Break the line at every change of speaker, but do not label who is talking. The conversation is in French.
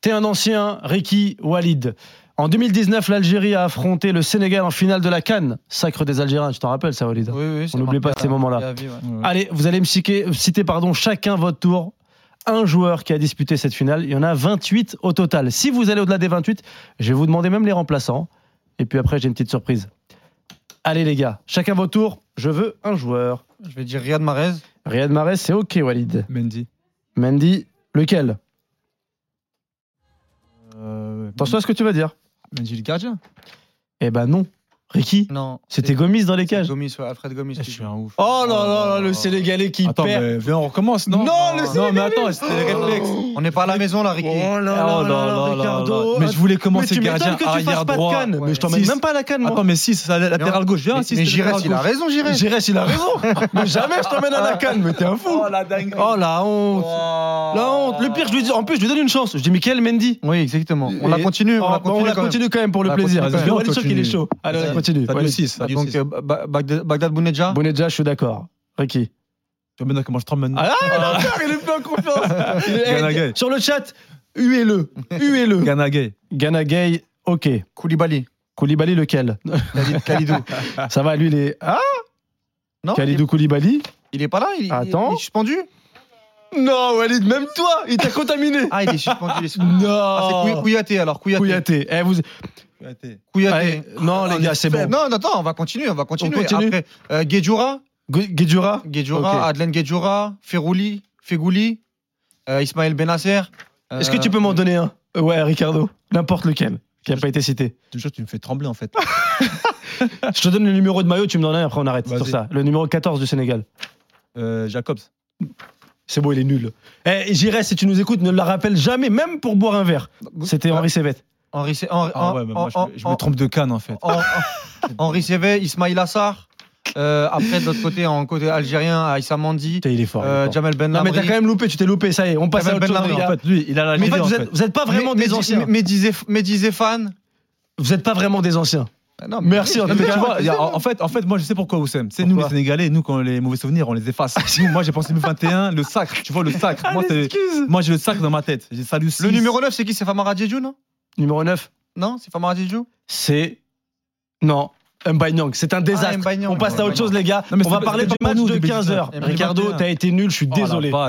T'es un ancien, Ricky Walid. En 2019, l'Algérie a affronté le Sénégal en finale de la Cannes. Sacre des Algériens, je t'en rappelle ça, Walid.
Oui, oui, ça
On n'oublie
marque
pas ces
à-
moments-là.
marque à vie, ouais. Ah,
Allez, vous allez me citer, citer, pardon, chacun votre tour. Un joueur qui a disputé cette finale. Il y en a 28 au total. Si vous allez au-delà des 28, je vais vous demander même les remplaçants. Et puis après, j'ai une petite surprise. Allez, les gars, chacun votre tour. Je veux un joueur.
Je vais dire Riyad Mahrez.
Riyad Mahrez, c'est OK, Walid.
Mendy.
Mendy, lequel
Euh,
Attention à ce que tu vas dire.
Mendy le gardien.
Eh ben non. Ricky,
Non.
c'était Gomis dans les cages.
Gomis, ouais, Alfred Gomis.
Je
qui
suis
joue.
un ouf.
Oh là là là, le Sénégalais qui
Attends,
perd.
mais viens, on recommence, non
Non, le
Non, mais
Sénégalais.
attends, c'était les réflexes.
Oh.
On n'est pas à la maison là, Ricky.
là
Oh
Ricardo.
Mais je voulais
Mais
commencer
tu m'étonnes
gardien
que tu
arrière
fasses pas de
droit.
canne. Mais je t'emmène
Six.
même pas à la canne, moi.
Attends, mais si, c'est la
Mais-
latéral gauche. Viens,
Mais,
si,
mais
c'était
Giresse,
latéral
il a
gauche.
raison, Giresse.
J'irai s'il a raison. mais jamais je t'emmène à la canne, mais t'es un fou.
la dingue.
Oh la honte. La honte. Le pire, je lui dis, en plus, je lui donne une chance. Je dis, mais quel Mendy
Oui, exactement. On la
Et-
continue.
Oh,
On la
bah,
continue. quand même.
quand même pour le
On la
plaisir.
continue
Parce que
quand même.
Walid, je suis sûr qu'il est chaud. Allez, on
Vas-y.
continue.
Ça
Walid.
du 6.
Donc,
Donc,
euh, Ba- Ba- Bagdad Bagdad Bounedja.
Bounedja, je suis d'accord. Ricky.
tu vois maintenant comment je tremble maintenant.
Ah, il a peur, il est plus en confiance. Il est-
Ganagay.
Sur le chat, huez-le. Huez-le.
Ganagay.
Ganagay, ok.
Koulibaly.
Koulibaly, lequel
Khalid- Khalidou.
Ça va, lui, il est. Ah
Non
Khalidou Koulibaly
Il est pas là il, il-
Attends.
il est suspendu
Non, Walid, même toi, il t'a contaminé.
Ah, il est suspendu. Il est suspendu. Ah, c'est Kouy-
Non
Kouyaté alors. Kouyaté.
Oh. Kouyaté. Ah, Eh, vous... Allez,
Kouyaté.
non, les gars, c'est bon.
Non, attends, on va continuer. On va continuer.
continue
Après, euh, Guedjura.
Gu- Guedjura
Guedjura,
Ok.
Adlen Guedjura, Ferouli, Fegouli, euh, Ismaël Benasser. euh,
Est-ce que tu peux m'en donner un Ouais, Ricardo. N'importe lequel qui n'a pas été cité.
Toujours, tu me fais trembler en
Ah.
fait.
Je te donne le numéro de maillot, tu me donnes un, après on arrête
Vas-y.
sur ça. Le numéro 14 du Sénégal.
Euh, Jacobs.
C'est bon, il est nul. Eh, J'irai, si tu nous écoutes, ne la rappelle jamais, même pour boire un verre. C'était Henri Sévette.
Henri Sé- Henri-
Ah
Hen-
ouais, mais moi, je
Hen-
me- je me trompe de canne en fait.
Hen- Hen- Henri Sévé, Ismail Assar. euh, après, de l'autre côté, en côté algérien, Aïssa Mandi,
Putain, il est fort. il est
euh,
fort.
Jamel Ben
non, mais
Lamri.
t'as quand même loupé, tu t'es loupé, ça y est. On passe à
Jamel
autre chose,
Benlamri,
les gars.
En fait, lui, il a la
Mais en fait,
leader, en
vous,
fait.
êtes, vous êtes pas vraiment
Mehdi-
des anciens.
Mehdi Zef- Mehdi Zéphane.
Vous êtes pas vraiment des anciens.
Non,
Merci, en
Non,
tout
mais
cas.
tu vois, y a- en fait, en fait, moi je sais pourquoi Oussem. C'est nous
Pourquoi
les Sénégalais, nous quand les mauvais souvenirs, on les efface. Nous, moi j'ai pensé 2021, le sacre, tu vois le sacre. Moi, c'est- moi, j'ai le sacre dans ma tête. J'ai salut six.
Le numéro 9, c'est qui C'est Famara Diédjou, non
Numéro 9,
Non, c'est Famara Diédjou
c'est. Non, Nyang. C'est un
Ah,
désastre.
Mbaye Niang,
on passe à
Mbaye
autre chose,
Niang.
les gars.
Non, mais
on
c'est
va
pas-
parler
c'est
du
pas pour
match
nous,
de
début
15h.
du
match.
Ricardo, t'as été nul, je suis
Oh la
désolé.
vache.